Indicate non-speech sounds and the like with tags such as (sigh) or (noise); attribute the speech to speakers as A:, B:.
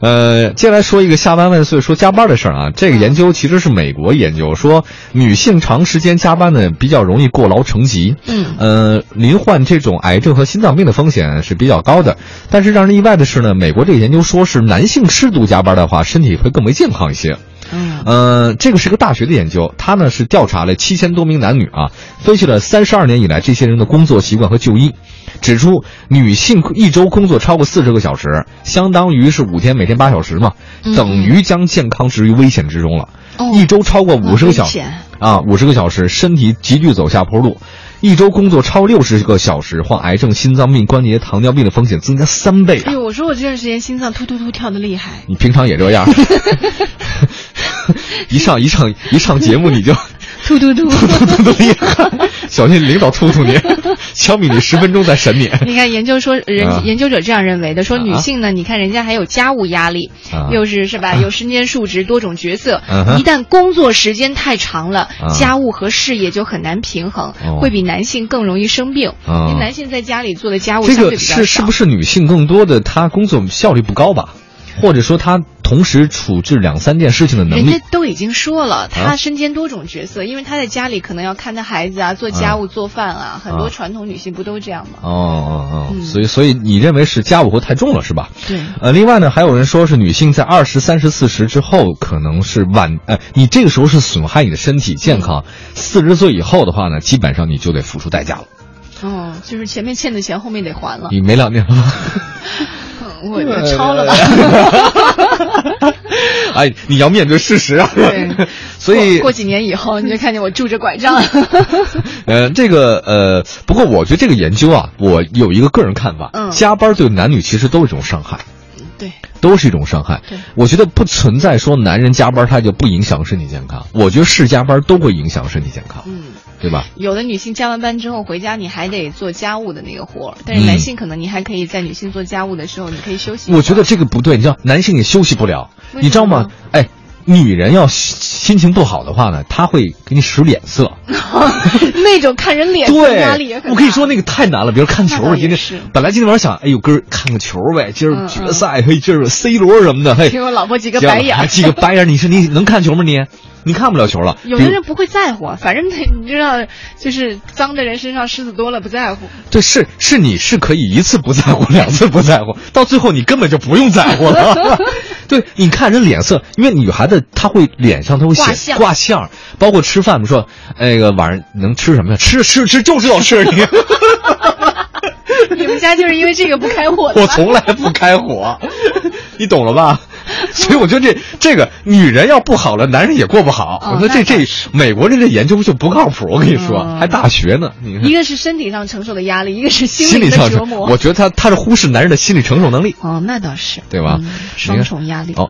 A: 呃，接下来说一个下班万岁，说加班的事儿啊。这个研究其实是美国研究，说女性长时间加班呢比较容易过劳成疾，
B: 嗯
A: 呃，罹患这种癌症和心脏病的风险是比较高的。但是让人意外的是呢，美国这个研究说是男性适度加班的话，身体会更为健康一些。
B: 嗯
A: 呃，这个是个大学的研究，它呢是调查了七千多名男女啊，分析了三十二年以来这些人的工作习惯和就医，指出女性一周工作超过四十个小时，相当于是五天每天八小时嘛，
B: 嗯
A: 等于将健康置于危险之中了。
B: 哦
A: 一周超过五十个小
B: 危
A: 时
B: 险
A: 啊，五十个小时，身体急剧走下坡路。一周工作超六十个小时，患癌症、心脏病、关节糖尿病的风险增加三倍啊
B: 哎！呦，我说我这段时间心脏突突突跳的厉害，
A: 你平常也这样，一上一上一上节目你就
B: 突突突。
A: 突突突厉害，小心领导突突你，枪毙你十分钟再审你。
B: (laughs) 你看，研究说人、
A: 啊
B: 研究者这样认为的，说女
A: 啊
B: 性呢，你看人家还有家务压力，
A: 啊
B: 又是是吧？有身兼数职，多种角色，
A: 嗯哼
B: 一旦工作时间太长了，
A: 啊
B: 家务和事业就很难平衡，
A: 哦
B: 会比男性更容易生病。
A: 啊
B: 因为男性在家里做的家务
A: 这
B: 相
A: 个
B: 对比较少。
A: 是是不是女性更多的她工作效率不高吧？或者说她同时处置两三件事情的
B: 人
A: 能
B: 家
A: 力？啊
B: 都已经说了，她身兼多种角色，因为她在家里可能要看她孩子啊，做家务、做饭啊，很多
A: 啊
B: 传统女性不都这样吗？
A: 哦哦哦，
B: 嗯
A: 所以所以你认为是家务活太重了是吧？
B: 对，
A: 呃，另外呢，还有人说是女性在二十三十四十之后，可能是晚，呃，你这个时候是损害你的身体健康。
B: 嗯
A: 四十岁以后的话呢，基本上你就得付出代价了。
B: 哦，就是前面欠的钱后面得还了，
A: 你没两年了，
B: 嗯啊 (laughs) 我我超了吧？
A: (laughs) 哎，你要面对事实啊。
B: 对
A: (laughs) 所以
B: 过过几年以后，你就看见我拄着拐
A: (laughs)
B: 杖。
A: 呃，这个呃，不过我觉得这个研究啊，我有一个个人看法，
B: 嗯
A: 加班对男女其实都是一种伤害，
B: 对，
A: 都是一种伤害
B: 对。
A: 我觉得不存在说男人加班他就不影响身体健康，我觉得是加班都会影响身体健康，
B: 嗯，
A: 对吧？
B: 有的女性加完班之后回家，你还得做家务的那个活儿，但是男
A: 嗯
B: 性可能你还可以在女性做家务的时候，你可以休息。
A: 我觉得这个不对，你知道，男性也休息不了，
B: 为
A: 你知道
B: 什么
A: 吗？哎，女人要心心情不好的话呢，她会给你使脸色。
B: (laughs) 那种看人脸色压力也
A: 对
B: 很，大。
A: 我跟你说那个太难了，比如看球
B: 那倒
A: 儿，今
B: 也
A: 天
B: 是
A: 本来今天晚上想，哎呦，哥儿看个球呗，今
B: 嗯
A: 儿决赛，嘿，今儿 C 罗什么的，嘿，
B: 给我老婆几个白眼儿
A: 几个白眼儿，你说你能看球吗你？你看不了球了。
B: 有
A: 比
B: 的
A: 如
B: 人不会在乎，啊反正他你知道，就是脏的人身上虱子多了不在乎。
A: 对，是是，你是可以一次不在乎，两次不在 (laughs) 乎，到最后你根本就不用在乎了。 (laughs) 对，你看人脸色，因为女孩子她会脸上她会
B: 挂
A: 写
B: 相
A: 挂相儿，包括吃饭，说那个晚上能吃什么呀？ (laughs) 吃吃吃，就知道吃你。 (laughs)
B: 你们家就是因为这个不开火的
A: 我
B: 吗？
A: 从来不开火，你懂了吧？ (laughs) 所以我觉得这这个女人要不好了，男人也过不好。
B: 哦
A: 我说这
B: 那
A: 这美国人这研究就不靠谱，我跟你说，
B: 嗯
A: 还大学呢， (laughs) 你看
B: 一个是身体上承受的压力，一个是
A: 心
B: 灵
A: 理
B: 的
A: 上是
B: 折，磨
A: 我。觉得他他是忽视男人的心理承受能力，
B: 哦，那倒是，
A: 对吧？
B: 嗯
A: 你看
B: 双重压力。
A: 哦，